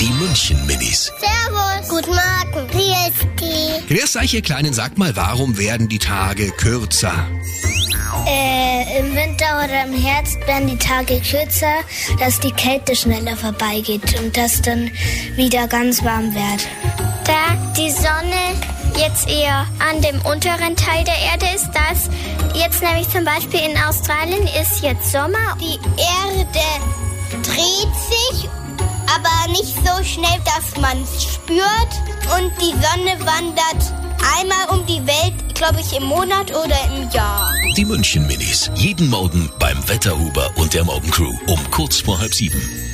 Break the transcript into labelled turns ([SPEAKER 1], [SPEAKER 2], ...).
[SPEAKER 1] Die München Minis.
[SPEAKER 2] Servus. Guten Morgen. Grüß
[SPEAKER 1] Grüß euch, ihr Kleinen, sagt mal, warum werden die Tage kürzer?
[SPEAKER 2] Äh, im Winter oder im Herbst werden die Tage kürzer, dass die Kälte schneller vorbeigeht und dass dann wieder ganz warm wird. Da die Sonne jetzt eher an dem unteren Teil der Erde ist, das jetzt nämlich zum Beispiel in Australien ist jetzt Sommer. Die Erde dreht sich aber nicht so schnell, dass man es spürt. Und die Sonne wandert einmal um die Welt, glaube ich, im Monat oder im Jahr.
[SPEAKER 1] Die München Minis. Jeden Morgen beim Wetterhuber und der Morgencrew um kurz vor halb sieben.